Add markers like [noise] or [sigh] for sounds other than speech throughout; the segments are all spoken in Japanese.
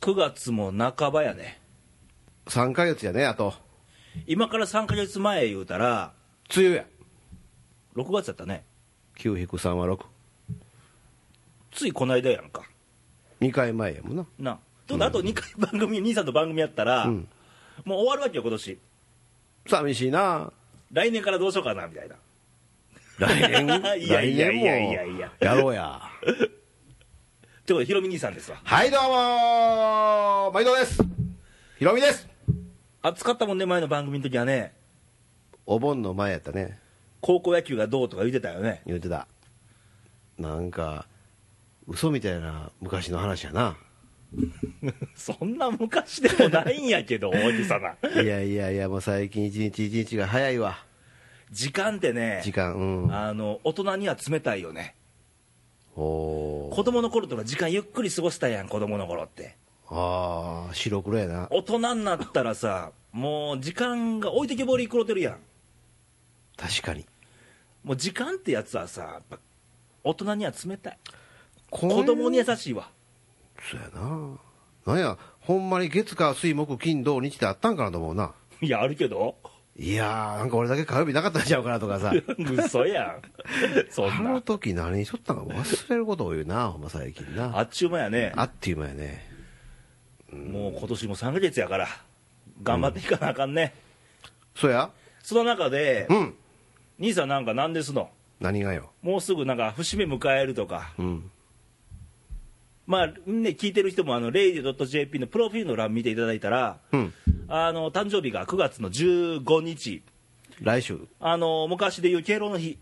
9月も半ばやね3ヶ月やねあと今から3ヶ月前言うたら梅雨や6月やったね9-3は62ついこの間やんか回前やもんななちょっとあと2回番組、兄さんと番組やったら、うんもう終わるわけよ今年寂しいな来年からどうしようかなみたいな [laughs] 来いやいやいやいや来年いもややろうやということでひろみ兄さんですわはいどうもー毎度ですひろみです暑かったもんね前の番組の時はねお盆の前やったね高校野球がどうとか言ってたよね言うてたなんか嘘みたいな昔の話やなそんな昔でもないんやけど大げさないやいやいやもう最近一日一日が早いわ時間ってね時間うんあの大人には冷たいよねお子ー供の頃とか時間ゆっくり過ごしたやん子供の頃ってああ白黒やな大人になったらさもう時間が置いてけぼりくろてるやん確かにもう時間ってやつはさやっぱ大人には冷たい子供に優しいわそうやななんやほんまに月火水木金土日ってあったんかなと思うないやあるけどいやーなんか俺だけ火曜日なかったんちゃうかなとかさ嘘やんそあんのな時何しとったのか忘れること多いなほんま最近なあっちゅう間やねあっという間やねもう今年も3ヶ月やから頑張っていかなあかんね、そうやその中で、うん兄さんなんか何ですの何がよもうすぐなんか節目迎えるとかうんまあね聞いてる人もあの radio.jp のプロフィールの欄見ていただいたらうんあの誕生日が9月の15日来週あの昔でいう敬老の日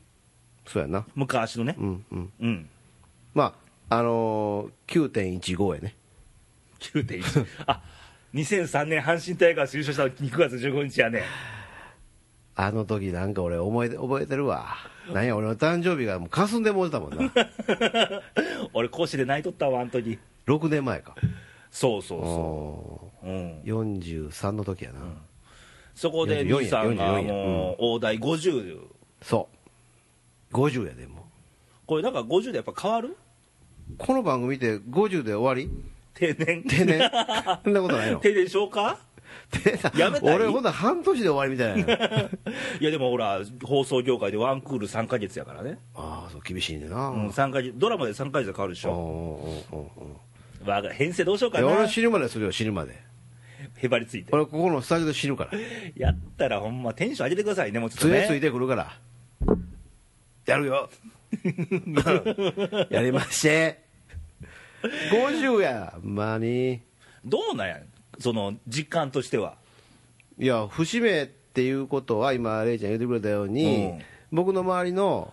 そうやな昔のねうんうんうんまああのー、9.15やね9.1 [laughs] あ2003年阪神タイガース優勝した時9月15日やねあの時なんか俺思い出覚えてるわなんや俺の誕生日がもうかすんでもうてたも [laughs] んな俺講師で泣いとったわあの時6年前かそうそうそおう、うんー、43の時やな、そこで44兄さんが44やもう大台50そう50やでもこれなんか50でやっぱ変わるうこの番組って50で終 [laughs] わり定年定年そんなことな [laughs] いの定年消化定年やめたい俺ほんなら半年で終わりみたい [laughs] ないやでもほら放送業界でワンクール3か月やからね、ああそう厳しいねんな、うん、3ヶ月ドラマで3か月で変わるでしおーょ、おーおーおまあ、編成どうしようーかいやな俺死ぬまでするよ死ぬまでへばりついて俺ここのスタジオで死ぬからやったらほんまテンション上げてくださいねもうちょっと杖ねついてく [laughs] るから [laughs] やるよやりまして50やほんまにどうなんやその実感としてはいや節目っていうことは今レイちゃん言ってくれたように、うん僕の周りの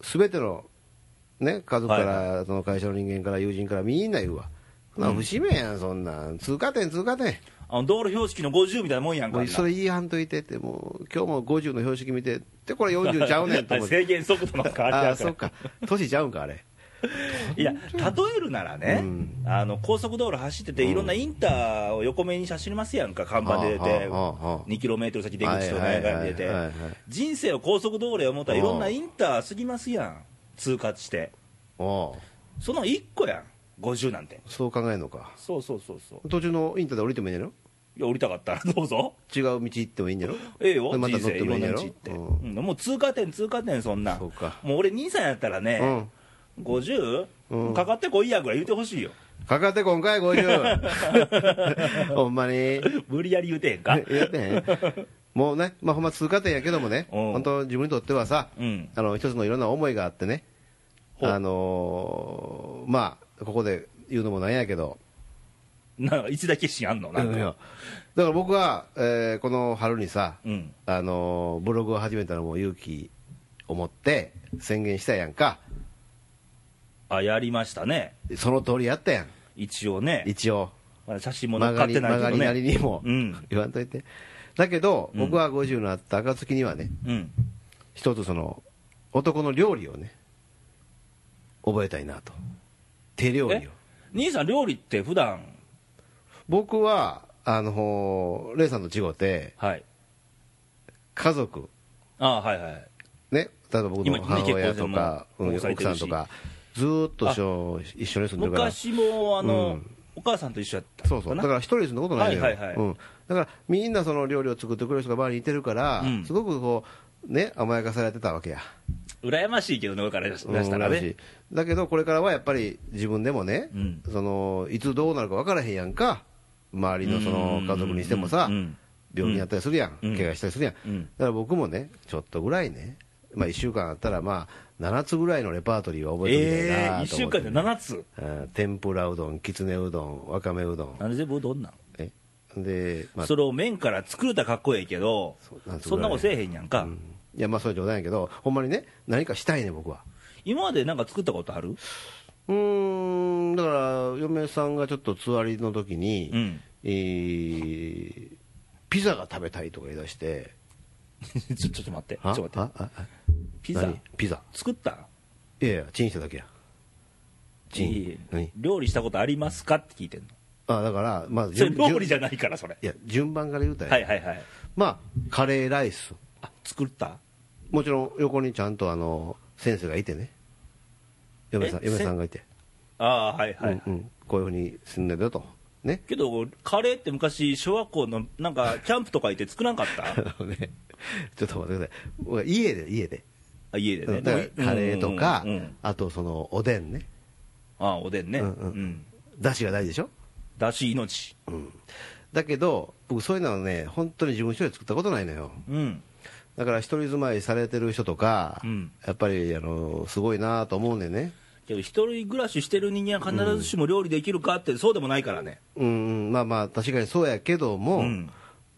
全ての、ね、家族から、はその会社の人間から友人からみんな言うわ、な節目やんそんなん通過点通過点あの道路標識の50みたいなもんやんかもあうんなそれ言いはんといてってもう今日も50の標識見てでこれ40ちゃうねんと思っ [laughs] て制限速度の変わりあやあそっか年ちゃうんかあれいや例えるならね、うんあの高速道路走ってて、いろんなインターを横目に走りますやんか、看板で出て、はあはあはあ2キロメートル先出口とはい内はいはい側に出てはいはい、人生を高速道路や思ったらいろんなインター過ぎますやん、通過して、ああその1個やん、50なんて、そう考えるのかそうそうそうそう、途中のインターで降りてもいいんやろいや、降りたかったらどうぞ、違う道行ってもいいんやろええよ、でまた人乗っ生、ていもろんいいんなやろ道行って、うんうんもう通過点、通過点、そんな、そうかもう俺、兄さんやったらね、50、うんかかってこいやぐらい言うてほしいよ、 [laughs] かかってこんかい50 [laughs] ほんまに無理やり言うてへんか。言ってへんもうね、まあ、ほんま通過点やけどもねうん本当自分にとってはさ、うんあの一つのいろんな思いがあってねほうあのーまあここで言うのもなんやけどなんか一大決心あんのなんいかやだから僕は、えーこの春にさ、うんあのーブログを始めたのも勇気を持って宣言したやんかあやりましたねその通りやったやん一応ね一応まだ写真も載っ曲がかっりてない曲けがどりなりねにもうん言わんといて、だけどうん僕は50のあった暁にはねうん一つその男の料理をね覚えたいなと手料理えを兄さん料理って普段僕はあのーレイさんと違ってはい家族あはいはいね例えば僕今のね母親結婚してとか、もうんもうされて奥るさしんとかずーっと一緒一緒に住んでるから昔もあの、うんお母さんと一緒やったそうそう、だから一人で住んだことないのよ、はいはいはいうん、だからみんなその料理を作ってくれる人が周りにいてるから、うんすごくこう、ね、甘やかされてたわけや、羨ましいけどね、俺から出しうん出したららしねい、だけどこれからはやっぱり自分でもね、うんそのいつどうなるか分からへんやんか、周りのそのうん家族にしてもさ、うん病気になったりするやん、うん怪我したりするやん、うんだから僕もね、ちょっとぐらいね、まあ、1週間あったら、まあ、7つぐらいのレパートリーは覚えてみたいえなと思ー、っ1て、週間で7つ、うん天ぷらうどん、きつねうどん、わかめうどん、なんで全部うどんなん、えで、まあ、それを麺から作れたらかっこええけどそうなん、ですそんなことせえへんやんか、うんいやまあそれ冗談やけどほんまにね何かしたいね僕は今までなんか作ったことある、うーんだから嫁さんがちょっとつわりの時に、うん、 [laughs] えーピザが食べたいとか言い出してちょちょっと待って、ちょあっと待って、ああピザ何ピザ作ったいやいやチンしただけやチいンい何料理したことありますかって聞いてんの、あだから [laughs] まずそれ料理じゃないないから、それ、いや順番から言うたら、はいはいはい、まあカレーライスあ作った、もちろん横にちゃんとあの先生がいてね嫁さんえ嫁さんがいて、ああー、はいはい、うんうん、こういうふうに住んでるとね [laughs] けど、カレーって昔、小学校のなんか、キャンプとか行って作らんかっあたのね、ちょっと待ってください僕は、家で、家で、 [laughs] あ家でうね、んだからカレーとかうんうんうん、あとそのおでんね、ああおでんね、ううんんうんだしが大事でしょ、だし命、うん、だけど、僕、そういうのはね、本当に自分一人で作ったことないのよ、うん、だから一人住まいされてる人とか、うんやっぱりあのすごいなと思うんでね、けど、一人暮らししてる人間は必ずしも料理できるかって、そうでもないからね、うん、まあまあ、確かにそうやけども、うん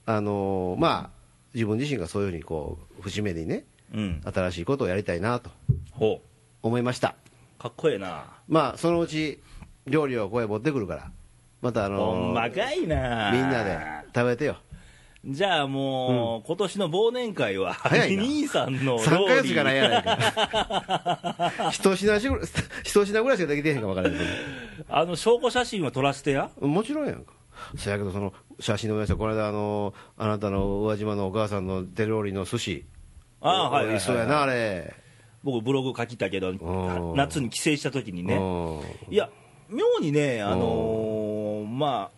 あのまあ、自分自身がそういうふうにこう節目にね、うん、新しいことをやりたいなとほ思いました。う、かっこええな、まあそのうち料理をここへ持ってくるからまたあほんのまーかいな、みんなで食べてよじゃあもう、今年の忘年会は、早いな兄さんの3料ヶ月理しかないやないか [laughs] 一品しぐらい一品ぐらいしかできてへんかもわからないあの証拠写真は撮らせてや、もちろんやんかそやけどその写真の皆さんこの間あのあなたの宇和島のお母さんの手料理の寿司ああはいはいはいはい美味しそうやなあれ僕、ブログ書きたけどん、夏に帰省した時にね。ういや、妙にね、あのーま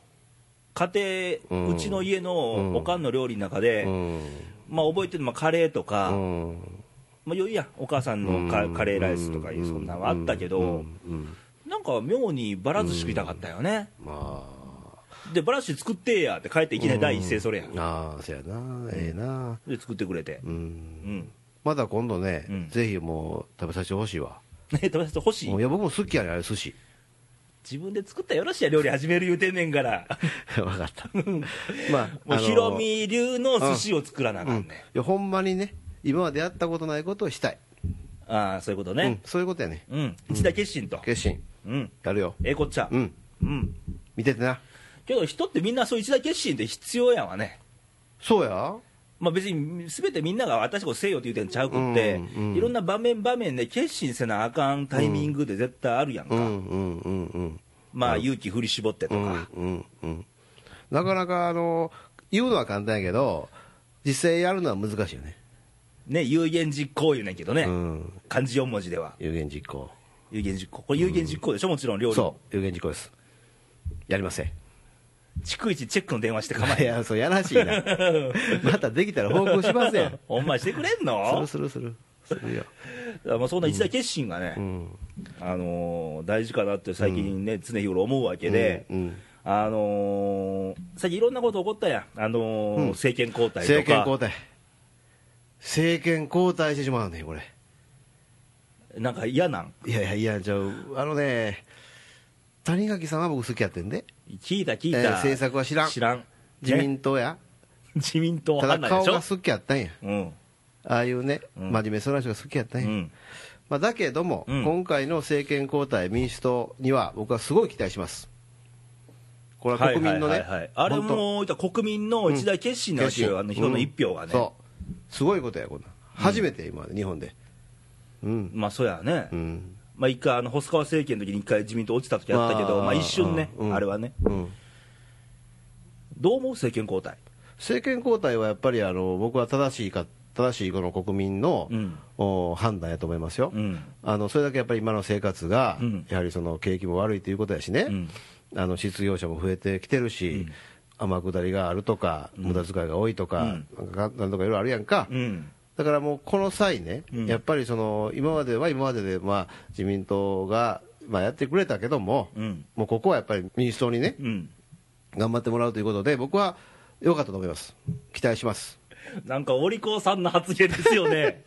あ、家庭、ううんちの家うんのおかんの料理の中で、んまあ、覚えてるのはカレーとうか、んまあ、よいや、お母さんのカ,、うんカレーライスとかいう、そんなのあったけど、うんうんなんか妙にばら寿司食いたかったよね、まで、ばら寿司作ってやって帰っていきなり第一声、それや、あああそやなええなで作ってくれて、うんうん、 [laughs] まだ今度ね、うんぜひもう食べさせてほしいわ、ね食べさせてほしいもうい、や僕も好きやね、あれ、寿司自分で作ったらよろしいや、料理始める言うてんねん [laughs] から、 [laughs] 分かった、まあ、もうあのひろみ流の寿司を作らなあうかん、んいね、やほんまにね、今までやったことないことをしたい、ああ、そういうことうねん、、そういうことやね、うん、一大決心と、決心、うん、やるよ、ええこっちゃ、うん、うん見ててな、けど人ってみんなそういう一大決心って必要やわね、そうや、まあ、別にすべてみんなが私こせえよって言うてんちゃうくって、うんうんいろんな場面場面で決心せなあかんタイミングで絶対あるやんか、うんうんうんうん、まあ勇気振り絞ってとうか、んうんうん、なかなかあの言うのは簡単やけど、実際やるのは難しいよね、ね有言実行言うねんけどね、うん、漢字4文字では有言実行、有言実行これ有言実行でしょ、もちろん料理そう、有言実行です、やりません。逐一チェックの電話して構いえや、そうやらしい [laughs] な。またできたら報告しません。ほんましてくれん [laughs] するのするする。するよ。まあそんな一大決心がね、うん。あのー大事かなって最近ね、常日頃思うわけで、うんあのー、最近いろんなこと起こったやん、あのーうん政権交代とか、政権交代。政権交代してしまうね、これ。なんか嫌なん、いやいや、いや、じゃあ、あのね、谷垣さんは僕好きやってんで。聞いた、聞いた、えー政策は知らん知らん、自ね民党や。自民党ただ離れで顔しょが、好きやったんや。うん、ああいうね、うん真面目そうな人が好きやったうんや。ん、まあ、だけども、うん今回の政権交代、民主党には僕はすごい期待します。これは国民のはねいはいはいはい、あれ本当も国民の一大決心なわけよ、あの人の一票がね、そうすごいことやこんなん初めて今まで日本でうんまあそうやね、うんまあ一回、あの細川政権の時に一回、自民党落ちた時あったけど、まあまあ一瞬ね、うんあれはね、うんどう思う、政権交代、政権交代はやっぱりあの僕は正しいか正しいこの国民の、うんお判断やと思いますよ、うんあのそれだけやっぱり今の生活が、うんやはりその景気も悪いということやしね、うんあの失業者も増えてきてるし、天下りがあるとか、無駄遣いが多いとか、なんかなんとかいろいろあるやんか、うんだからもうこの際ね、うんやっぱりその今までは今までで、まあ、自民党が、まあ、やってくれたけども、うんもうここはやっぱり民主党にね、うん頑張ってもらうということで、僕は良かったと思います、期待します。なんかお利口さんの発言ですよ [laughs] ね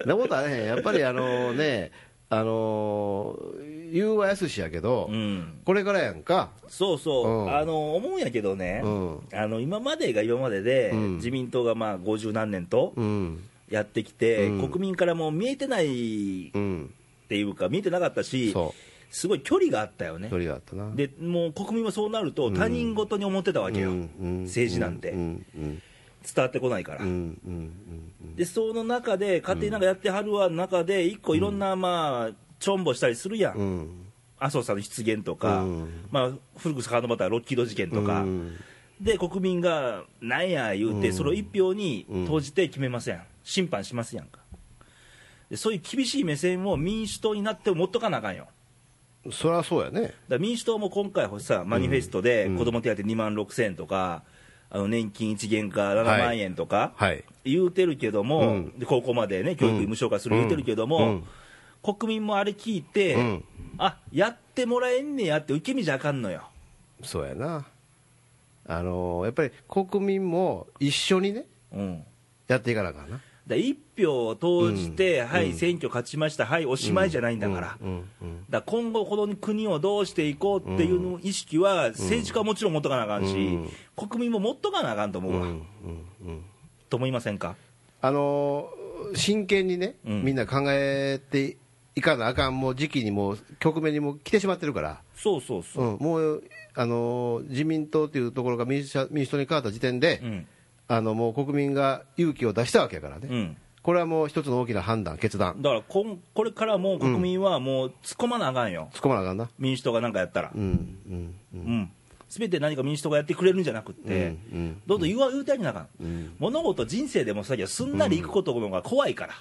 そんなことあれへん、やっぱりあのね、あのー言うはやすしやけど、うんこれからやんか、そうそう、うんあの思うんやけどね、うんあの今までが今までで、うん自民党がまあ50何年とうん、やってきて、うん国民からもう見えてないっうん、ていうか、見えてなかったし、そすごい距離があったよう、ね距、離があったな。でもう国民はそうなると、ん他人事に思ってたわけよ、うんう政治なんて、ううんうん伝わってこないから。うんうんうんうんでその中で、勝手になんかやってはるわ中で、一個いろんな、まあ、ちょんぼしたりするやん、うん麻生さんの失言とか、うんまあ、古く遡ったらロッキード事件とか、うんで国民がなんや言うて、うんそれを一票に投じて決めません、審判しますやんかで、そういう厳しい目線を民主党になっても持っとかなあかんよ、だかそりゃそうやね、ら民主党も今回、さマニフェストで子ども手当2万6000円とか、あの年金一元化7万円とかはい、言うてるけども、うんで高校までね、教育費無償化する言うてるけども、国民もあれ聞いて、うんあやってもらえんねやって、受け身じゃあかんのよ。そうやな、あのーやっぱり国民も一緒にね、うんやっていかなあかんな。だ1票を投じて、うんはい、うん選挙勝ちました、はい、おしまいじゃないんだから、うんうんだから今後、この国をどうしていこうっていうの意識は、政治家はもちろん持っとかなあかんし、国民も持っとかなあかんと思うんうわ、うんうんと思いませんか、あのー真剣にね、うんみんな考えていかなあかんもう時期にもう局面にもう来てしまってるから、そうそうそうう、ん、もう、あのー自民党というところが民主社民主党に変わった時点で、うん、あのもう国民が勇気を出したわけやからね、うん、これはもう一つの大きな判断、決断、だからこん、これからも国民はもう突っ込まなあかんよ、突っ込まなあかんな、民主党がなんかやったらう、ん、う、うんん、すべ、て何か民主党がやってくれるんじゃなくうん、って、うん、どんどん言わ言うてあげなあかん、うん、物事、人生でもさ、すんなりいくことの方が怖いから。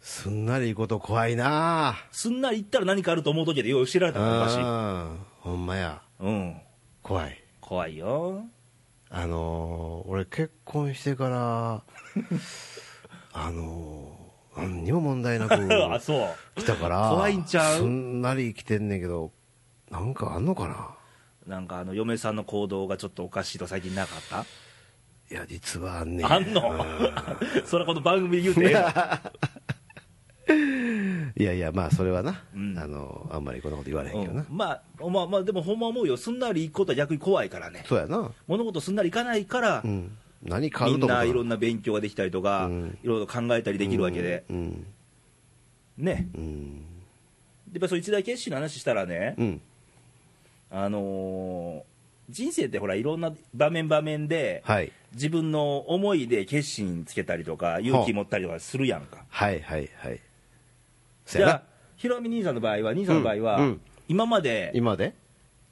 すんなりいいこと怖いなあすんなり行ったら何かあると思う時で用意してられたのがおかしい。あーほんまや、うん。怖い。怖いよ。あのー俺結婚してからあのー何にも問題 [laughs] なくあ、そう。来たから怖いんちゃうすんなり生きてんねんけどなんかあんのかななんかあの、嫁さんの行動がちょっとおかしいと最近なかったいや実はあんねんあんの [laughs] それこの番組で言うてええのうんいやいやまあそれはな、うんあのーあんまりこんなこと言われへんけどうな、んまあ、まあまあ、でもほんま思うよ。すんなり行くことは逆に怖いからね。そうやな、物事すんなり行かないからう、ん、何かあみるんと思うないろんな勉強ができたりとか、うんいろいろ考えたりできるわけで。うんね。うんで、やっぱそう一大決心の話したらね、うんあのー人生ってほら、いろんな場面場面で、はい自分の思いで決心つけたりとか、勇気持ったりとかするやんか。はいはいはいそじやゃなあ、ヒロミ兄さんの場合は、兄さんの場合は、うんうん今まで今で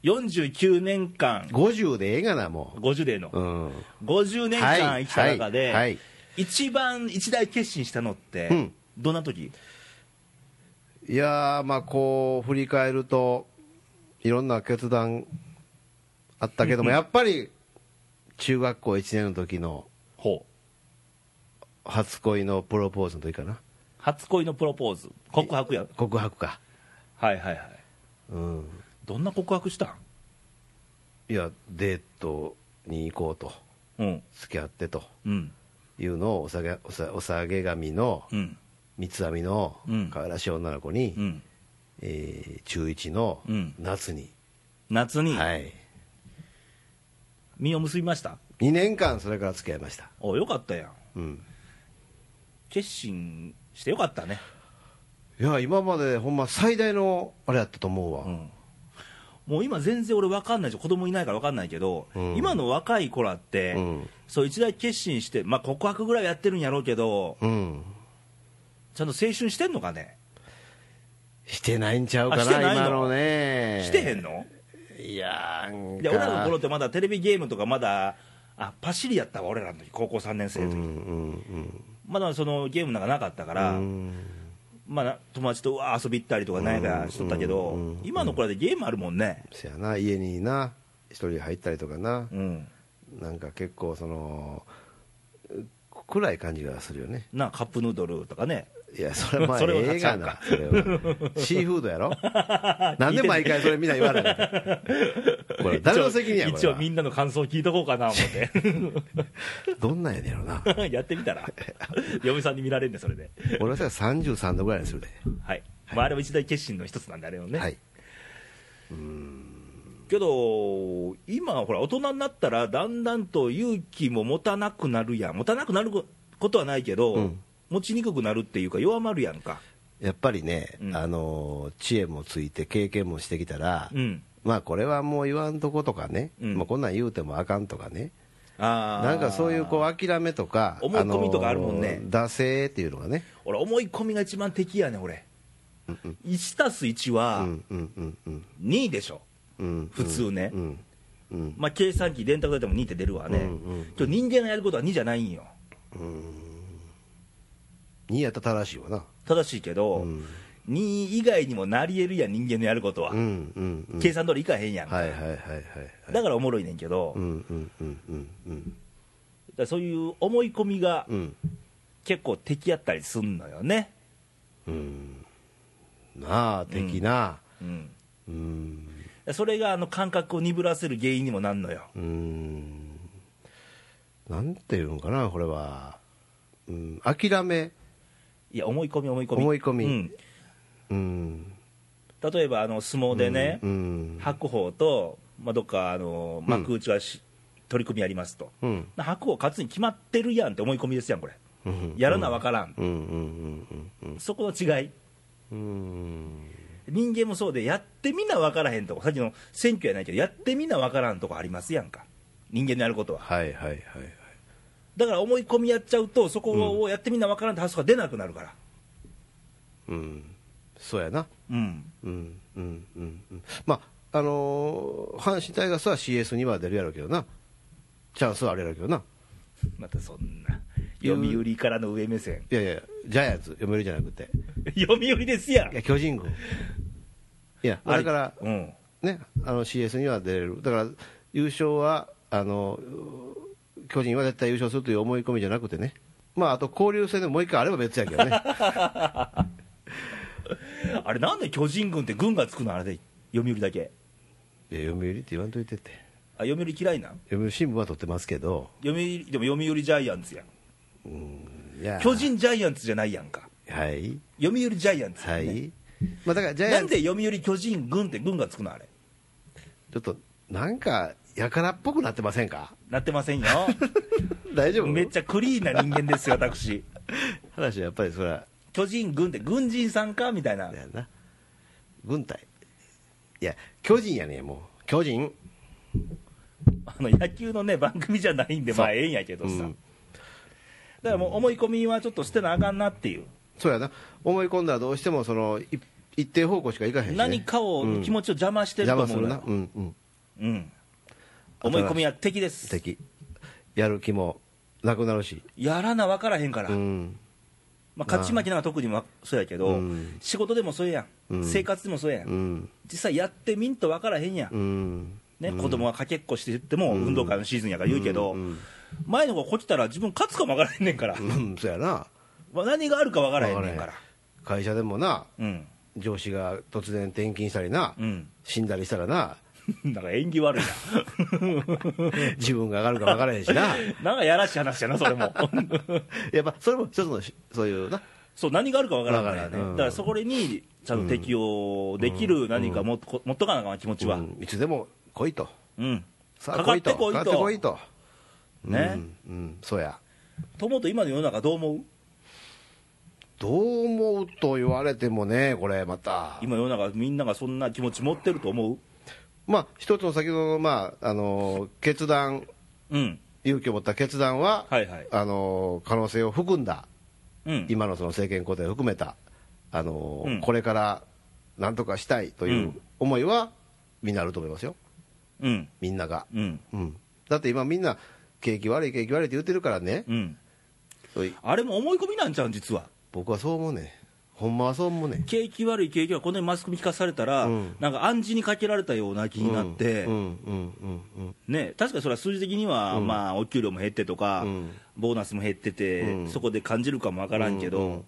49年間、 50でええがなも50でのう、、うん、 50年間生きた中で、はいはい一番一大決心したのって、うんどんな時いやー、まあ、こう振り返ると、いろんな決断あったけども、やっぱり中学校1年の時のほう。初恋のプロポーズの時かな、初恋のプロポーズ。告白や。告白か、はいはいはい。うん、どんな告白したんいや、デートに行こうと、うん。付き合ってとうん。いうのをおさげおさ、おさげ髪のうん。三つ編みのうん可愛らしい女の子に、うん。えー中1のうん夏に、夏に、はい、身を結びました。 2年間、それから付き合いました。お、よかったやん。うん決心してよかったね。いや今までほんま最大のあれやったと思うわ、うんもう今全然俺分かんないし子供いないから分かんないけど、うん今の若い子らって、うんそう一大決心して、まあ、告白ぐらいやってるんやろうけどうん、ちゃんと青春してんのかね、してないんちゃうかあなしてないの今のねしてへんのいやーいや俺らの頃っててまだテレビゲームとかまだあパシリやったわ俺らの時高校3年生うのんう時、んまだそのゲームなんかなかったから、うんまあな、友達とうわー遊び行ったりとかなんやかしとったけど、うんうんうん今の子らでゲームあるもんね、せやな家にな一人入ったりとかな、うん、なんか結構そのう暗い感じがするよねなカップヌードルとかね、いやそれはま [laughs] あそれは映画なそれはシーフード [laughs] やろなんで毎回それみんな言わないのこれ誰の責任や一応こ一れ応みんなの感想聞いとこうかな思っはどんなんやねんやろなて [laughs] やってみたら嫁さんに見られるんでそれで俺はさ33度ぐらいにするではい、まあ、あれは一大決心の一つなんであれよね、はいけど今ほら大人になったらだんだんと勇気も持たなくなるやん持たなくなることはないけど、うん持ちにくくなるっていうか弱まるやんかやっぱりね、うんあの知恵もついて経験もしてきたら、うんまあこれはもう言わんとことかね、うんまあ、こんなん言うてもあかんとかね、あーなんかそういうこう諦めとか、思い込みとかあるもんねあの惰性っていうのがね、俺思い込みが一番敵やね俺うんうん1たす1うはんうんうんうん2でしょ、うん、普通ねうんうんまあ、計算機電卓でも2って出るわね、うんうんけど人間がやることは2じゃないんよにやったたらしいわな、正しいけど、うん2以外にもなり得るやん人間のやることは、うんうんうん、計算通りいかへんやんか、はいはいはいはいはい、だからおもろいねんけど、だうかんうんうんうんうんらそういう思い込みがうん結構敵やったりすんのよね、うん、なあ、的な、うん、うん、それがあの感覚を鈍らせる原因にもなんのようーんなんていうのかな、これは、うん、諦め、いや思い込み思い込み思い込みうんうん、例えばあの相撲でね、うん、白鵬と、まあ、どっかあの幕内はし、取り組みやりますと、うん、白鵬勝つに決まってるやんって思い込みですやん、これ、うんやるのは分からん、うん、うん、うん、そこの違い、うん、人間もそうで、やってみな分からへんとこ、さっきの選挙やないけど、やってみな分からんとこありますやんか、人間のやることは。はいはいはいはい、だから思い込みやっちゃうと、そこをやってみな分からんって発想が出なくなるから、うん、そうやな、うん、うん、うん、うん、うんまあ、あのー阪神タイガースは CS には出るやろうけどな、チャンスはあれやろうけどな、またそんな、読売からの上目線、 [laughs] いやいや、ジャイアンツ、読めるじゃなくて、読売ですやんいや、巨人軍、いや、あれから、うん、ね、あの CS には出れる、だから優勝はあのう巨人は絶対優勝するという思い込みじゃなくてね、まあ、あと交流戦でもう一回あれば別やけど [laughs] ね、あれ、なんで巨人軍って軍がつくの、あれで、読売だけ。いや読売って言わんといてって、あ読売嫌いなん読売新聞は取ってますけど、読売でも読売ジャイアンツやんいや巨人ジャイアンツじゃないやんかはい、読売ジャイアンツやはんね、い、まあ、だからジャイアなんンツ、で読売巨人軍って軍がつくのあれちょっとなんか、やからっぽくなってませんか、なってませんよ大丈夫めっちゃクリーンな人間ですよ私話はやっぱりそれは、巨人軍って軍人さんかみたいなだよな、軍隊、いや、巨人やねもう、巨人、あの野球のね番組じゃないんでまあそうええんやけどさ、うんだからもう思い込みはちょっと捨てなあかんなっていう、そうやな、思い込んだらどうしてもそのい一定方向しかいかへんし、ね、何かを、うん気持ちを邪魔してると邪魔思すうるのなよ、うんうん、うん、思い込みは敵です敵、やる気もなくなるし、やらな分からへんから、うん、まあ、勝ち負けなんか特にまそうやけど、うん仕事でもそうやん、うん生活でもそうやん、うん、実際やってみんと分からへんやん、うん、ね子供がかけっこしてっても、運動会のシーズンやから言うけど、うん前の子こ来たら自分勝つかも分からへんねんから、うん、そうやな、まあ何があるか分からへんねんから、会社でもな、うん、上司が突然転勤したりな、うん、 [laughs] 死んだりしたらな、 [laughs] なんか縁起悪い自分が上がるか分からへんしな、 [laughs] な、なんかやらしい話やな、それも。やっぱそれも一つのし、そういうな、そう何があるか分からんからわね、からんうんだからそこにちゃんと適応できる何か持っ持っとかなあかん気持ちは、ううんんいつでも来いと、さあかかって来こいと、いとかかってこいと、ねうん、うん、そうや。と思うと今の世の中どう思うどう思うと言われてもね、これまた、今世の中みんながそんな気持ち持ってると思うまあ、一つの先ほどの,、まあ、あの決断、うん勇気を持った決断は、はいはいあの可能性を含んだ、うん今のその政権交代を含めた、あのうんこれからなんとかしたいといううん思いは、みんなあると思いますよ、うんみんなが。うんうん、だって今、みんな、景気悪い、景気悪いって言ってるからね、うんそういあれも思い込みなんちゃうん実は僕はそう思うね、ほんまはそう思うねん景気悪い景気はこんなにマスコミ聞かされたら、うんなんか暗示にかけられたような気になって、うんうんうんうんね、確かにそれは数字的には、うんまあ、お給料も減ってとか、うんボーナスも減ってて、うんそこで感じるかもわからんけど、うんうん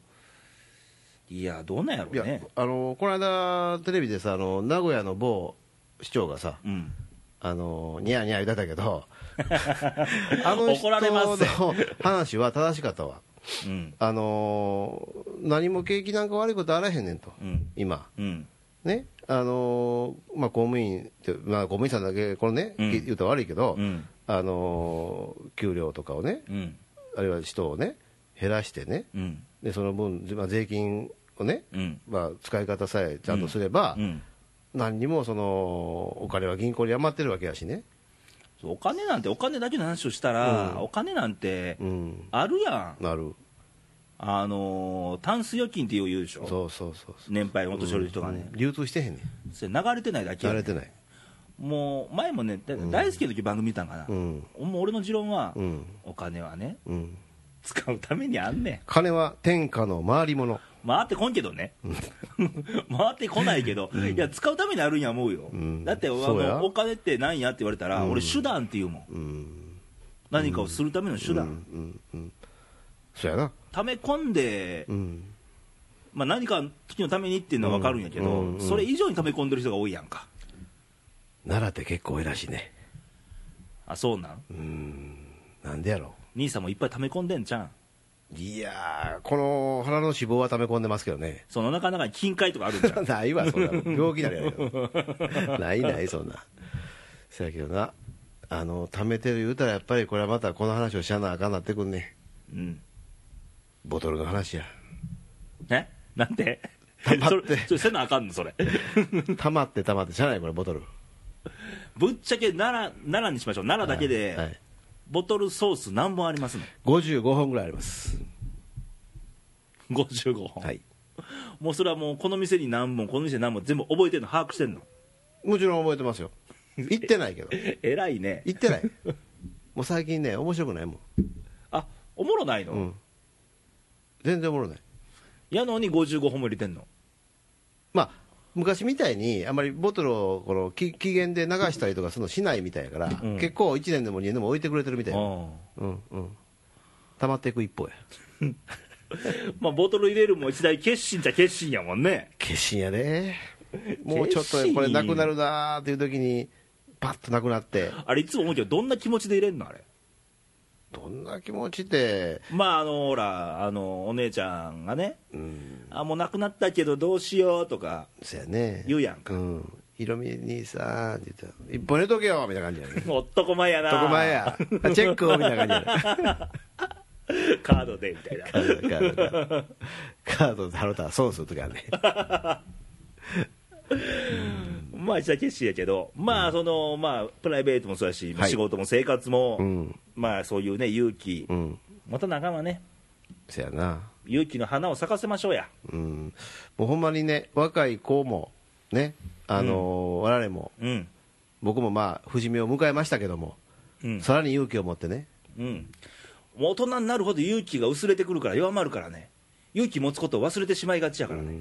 いや、どうなんやろいうや、ね。あのこの間テレビでさあの名古屋の某市長がさうん、あのニヤニヤ言うてた [laughs] けどあ怒られます人の話は正しかったわうん、あの何も景気なんか悪いことあらへんねんとうん、今うん、ねあのまあ公務員って、まあ、公務員さんだけこのね、うん言うと悪いけど、うん、あの給料とかをねうん、あるいは人をね減らしてねうん、でその分、まあ、税金をね、うん、まあ、使い方さえちゃんとすれば、うん何にもそのお金は銀行に余ってるわけやしね、そうお金なんて、お金だけの話をしたら、うんお金なんてうん、あるやん、なるあのータンス預金ってよう言うでしょ、そうそうそうそう年配のお年寄りの人がね、うん流通してへんねそれ流れてないだんけや慣ねれてないもう前もね、だ大好きな時番組見たんかな、うんもう俺の持論は、うんお金はね、うん使うためにあんねん。金は天下の回り物回ってこんけどね、 [laughs] 回ってこないけど、いや、使うためにあるんや思うよ、うんだってあそうやのお金ってなんやって言われたら、俺、手段って言うもん、うん何かをするための手段、うんうんそうやな溜め込んで、うんまあ、何かの時のためにっていうのは分かるんやけど、うんうんそれ以上に溜め込んでる人が多いやんか、奈良って結構多いらしいねあそうなん、うんなんでやろ兄さんもいっぱい溜め込んでんじゃん、いやーこの腹の脂肪は溜め込んでますけどね。その中の中に金塊とかあるんじゃん [laughs] ないわそんなの病気なりゃや [laughs] ないないそんなそやけどなあの溜めてる言うたらやっぱりこれはまたこの話をしゃなあかんなってくんねうんボトルの話やね、なんて黙っそれてそれせなあかんのそれ溜まって溜まってしゃあないこれボトルぶっちゃけ奈良奈良にしましょう奈良だけで、はいはいボトルソース何本ありますの55本ぐらいあります55本、はいもうそれはもうこの店に何本この店に何本全部覚えてるの把握してんのもちろん覚えてますよ行ってないけど偉いね行ってないもう最近ね面白くないもんあおもろないの、うん全然おもろないやのに55本も入れてんのまあ昔みたいにあんまりボトルをこのき期限で流したりとかそのしないみたいやから、ん結構1年でも2年でも置いてくれてるみたいなあ [laughs] うんうん溜まっていく一方やあまあボトル入れるも一大決心じゃ決心やもんね決心やねもうちょっとこれなくなるなーっていう時にパッとなくなってあれいつも思うけどどんな気持ちで入れんのあれどんな気持ちでまああのほらあのお姉ちゃんがねうんあもうなくなったけどどうしようとかそやね言うやんかうんヒロミ兄さんって言ったら「一本入れとけよ」みたいな感じやね男前やな男前やチェックをみたいな感じやねカードでみたい [laughs] なカードカードカードカードで払ったら損する時あるねまあ一大決心やけどまあその、まあプライベートもそうやし、はい仕事も生活も、うんまあそういうね勇気、うんまた仲間ねそやな勇気の花を咲かせましょうやうんもうほんまにね若い子もねあのー我々もうん僕もまあ節目を迎えましたけども、うんさらに勇気を持ってねうんもう大人になるほど勇気が薄れてくるから弱まるからね勇気持つことを忘れてしまいがちやからね、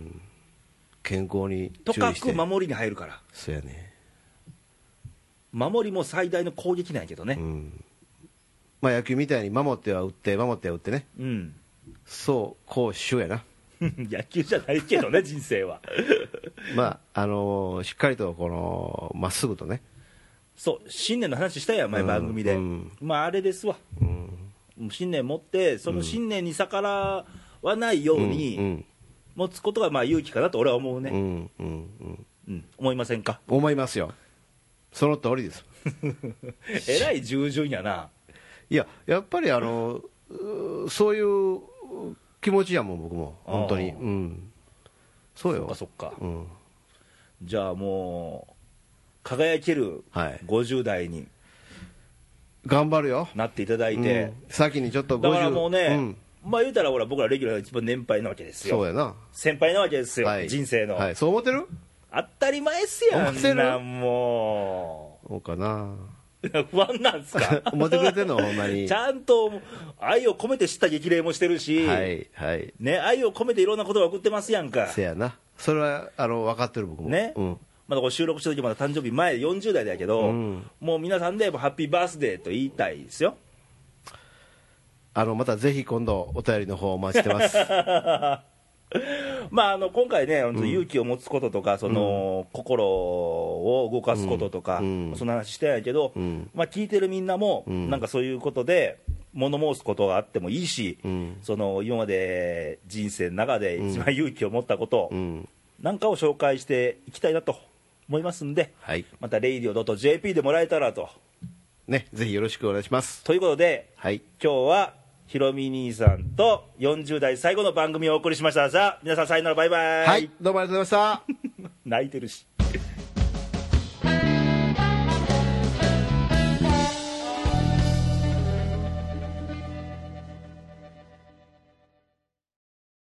健康にと注か意してく守りに入るからそうやね守りも最大の攻撃なんやけどうねんまあ野球みたいに守っては打って守っては打ってねうん、そうこうしようやな [laughs] 野球じゃないけ [laughs] どね人生はまああのーしっかりとこのまっすぐとねそう新年の話したやん前うん番組で、うんまああれですわ、信念持ってその信念に逆らわないよううにん持つことがまあ勇気かなと俺は思ううんね、うんうんうんうん思いませんか思いますよその通りですえらい従順やないややっぱりあのうーそういう気持ちやもん僕も本当にあーうんそうそっよかそっか、うんじゃあもう輝けるはい50代に頑張るよなっていただいて、うん先にちょっと50だからもうね、んまあ言うたらほら僕らレギュラーが一番年配なわけですそうよやな、先輩なわけですよ、はい人生の、はい、そう思ってる当たり前っすよ思ってるんなんもう [laughs] そうかな不安なんですか [laughs] 思ってくれてんのほんまにちゃんと愛を込めて知った激励もしてるし、はいはいね、愛を込めていろんな言葉を送ってますやんかせやなそれはあの分かってる僕もねうん、まだこれ収録した時まだ誕生日前40代だけど、うんもう皆さんでもうハッピーバースデーと言いたいですよあのまたぜひ今度お便りの方お待ちし [laughs] てますまあ、あの今回ね、本当に勇気を持つこととか、その心を動かすこととか、うんそんな話してないけど、うんまあ、聞いてるみんなも、んなんかそういうことで、物申すことがあってもいいし、うんその今まで人生の中で一番勇気を持ったことうんなんかを紹介していきたいなと思いますんで、はいまた、レイディオ .jp でもらえたらと。ねぜひよろしくお願いしますということで、はい今日はひろみ兄さんと40代最後の番組をお送りしました。さあ、皆さん、さよなら、バイバイ。はいどうもありがとうございました泣いてるし。